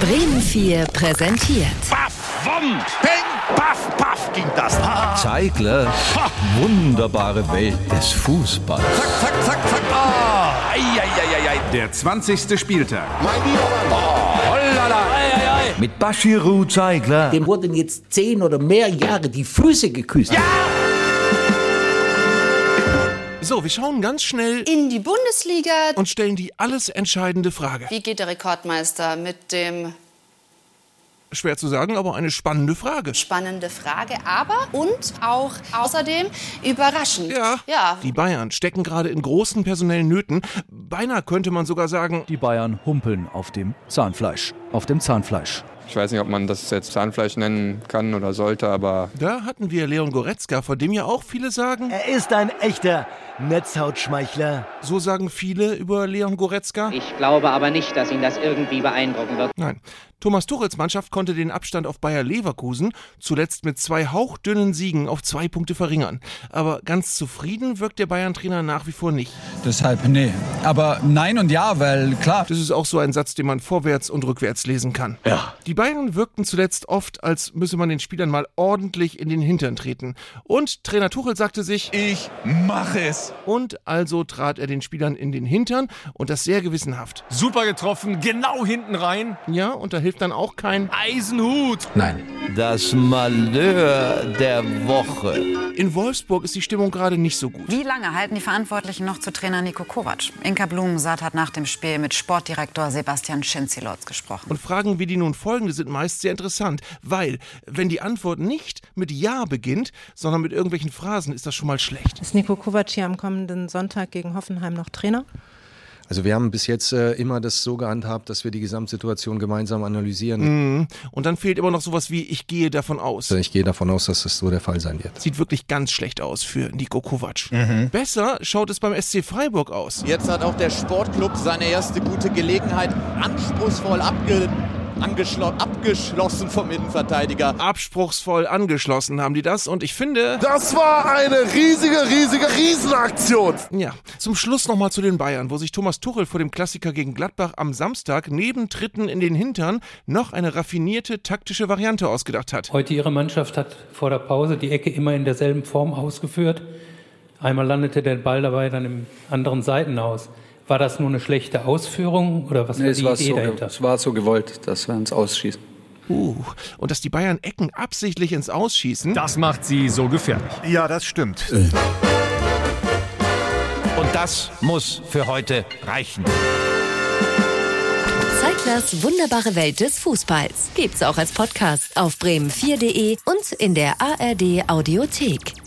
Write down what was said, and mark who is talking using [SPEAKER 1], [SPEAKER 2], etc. [SPEAKER 1] Bremen 4 präsentiert.
[SPEAKER 2] Paff, Wom, Peng, Paff, Paff ging das. Ah,
[SPEAKER 3] Zeigler, wunderbare Welt des Fußballs.
[SPEAKER 2] zack, zack, zack, zack. Ah, ei, ei, ei, ei, ei.
[SPEAKER 4] Der 20. Spieltag.
[SPEAKER 3] Mit Bashiru Zeigler,
[SPEAKER 5] dem wurden jetzt zehn oder mehr Jahre die Füße geküsst.
[SPEAKER 6] So, wir schauen ganz schnell
[SPEAKER 7] in die Bundesliga.
[SPEAKER 6] und stellen die alles entscheidende Frage.
[SPEAKER 7] Wie geht der Rekordmeister mit dem
[SPEAKER 6] Schwer zu sagen, aber eine spannende Frage.
[SPEAKER 7] spannende Frage, aber und auch außerdem überraschend.
[SPEAKER 6] Ja.
[SPEAKER 7] Ja.
[SPEAKER 6] Die Bayern stecken gerade in großen personellen Nöten. Beinahe könnte man sogar sagen,
[SPEAKER 8] Die Bayern humpeln auf dem Zahnfleisch. Auf dem Zahnfleisch.
[SPEAKER 9] Ich weiß nicht, ob man das jetzt Zahnfleisch nennen kann oder sollte, aber
[SPEAKER 6] da hatten wir Leon Goretzka, vor dem ja auch viele sagen.
[SPEAKER 8] Äh.
[SPEAKER 10] Er ist ein echter Netzhautschmeichler.
[SPEAKER 6] So sagen viele über Leon Goretzka.
[SPEAKER 11] Ich glaube aber nicht, dass ihn das irgendwie beeindrucken wird.
[SPEAKER 6] Nein. Thomas Tuchels Mannschaft konnte den Abstand auf Bayer Leverkusen zuletzt mit zwei hauchdünnen Siegen auf zwei Punkte verringern. Aber ganz zufrieden wirkt der Bayern-Trainer nach wie vor nicht.
[SPEAKER 8] Deshalb, nee. Aber nein und ja, weil klar.
[SPEAKER 6] Das ist auch so ein Satz, den man vorwärts und rückwärts lesen kann. Ja. Die Bayern wirkten zuletzt oft, als müsse man den Spielern mal ordentlich in den Hintern treten. Und Trainer Tuchel sagte sich,
[SPEAKER 3] ich mach es.
[SPEAKER 6] und also trat er den Spielern in den Hintern und das sehr gewissenhaft.
[SPEAKER 10] Super getroffen, genau hinten rein.
[SPEAKER 6] Ja, und da hilft dann auch kein.
[SPEAKER 10] Eisenhut.
[SPEAKER 3] Das Malheur der Woche.
[SPEAKER 6] In Wolfsburg ist die Stimmung gerade nicht so gut.
[SPEAKER 7] Wie lange halten die Verantwortlichen noch zu Trainer Nico Kovac? Inka Blumensaat hat nach dem Spiel mit Sportdirektor Sebastian Schinzilotz gesprochen.
[SPEAKER 6] Und Fragen wie die nun folgende sind meist sehr interessant, weil wenn die Antwort nicht mit Ja beginnt, sondern mit irgendwelchen Phrasen, ist das schon mal schlecht.
[SPEAKER 11] Ist Nico Kovac hier am kommenden Sonntag gegen Hoffenheim noch Trainer?
[SPEAKER 8] Also wir haben bis jetzt äh, immer das so gehandhabt, dass wir die Gesamtsituation gemeinsam analysieren.
[SPEAKER 6] Und dann fehlt immer noch sowas wie Ich gehe davon aus.
[SPEAKER 8] Also Ich gehe davon aus, dass das so der Fall sein wird.
[SPEAKER 6] Sieht wirklich ganz schlecht aus für Nico Kovac. Besser schaut es beim SC Freiburg aus.
[SPEAKER 10] Jetzt hat auch der Sportclub seine erste gute Gelegenheit Halt anspruchsvoll abge angeschlo- abgeschlossen vom Innenverteidiger.
[SPEAKER 6] Abspruchsvoll angeschlossen haben die das und ich finde,
[SPEAKER 2] Das war eine riesige, riesige Riesenaktion.
[SPEAKER 6] ja, zum Schluss nochmal zu den Bayern, wo sich Thomas Tuchel vor dem Klassiker gegen Gladbach am Samstag neben Tritten in den Hintern noch eine raffinierte taktische Variante ausgedacht hat.
[SPEAKER 11] Heute Ihre Mannschaft hat vor der Pause die Ecke immer in derselben Form ausgeführt. Einmal landete der Ball dabei dann im anderen Seitenhaus. War das nur eine schlechte Ausführung oder was war die Idee dahinter?
[SPEAKER 9] war so gewollt, dass wir uns ausschießen.
[SPEAKER 6] Uh, und dass die Bayern Ecken absichtlich ins Ausschießen,
[SPEAKER 4] Das macht sie so gefährlich.
[SPEAKER 2] Ja, das stimmt.
[SPEAKER 3] Und das muss für heute reichen.
[SPEAKER 1] Zeiglers wunderbare Welt des Fußballs. Gibt's auch als Podcast auf bremen4.de und in der ARD Audiothek.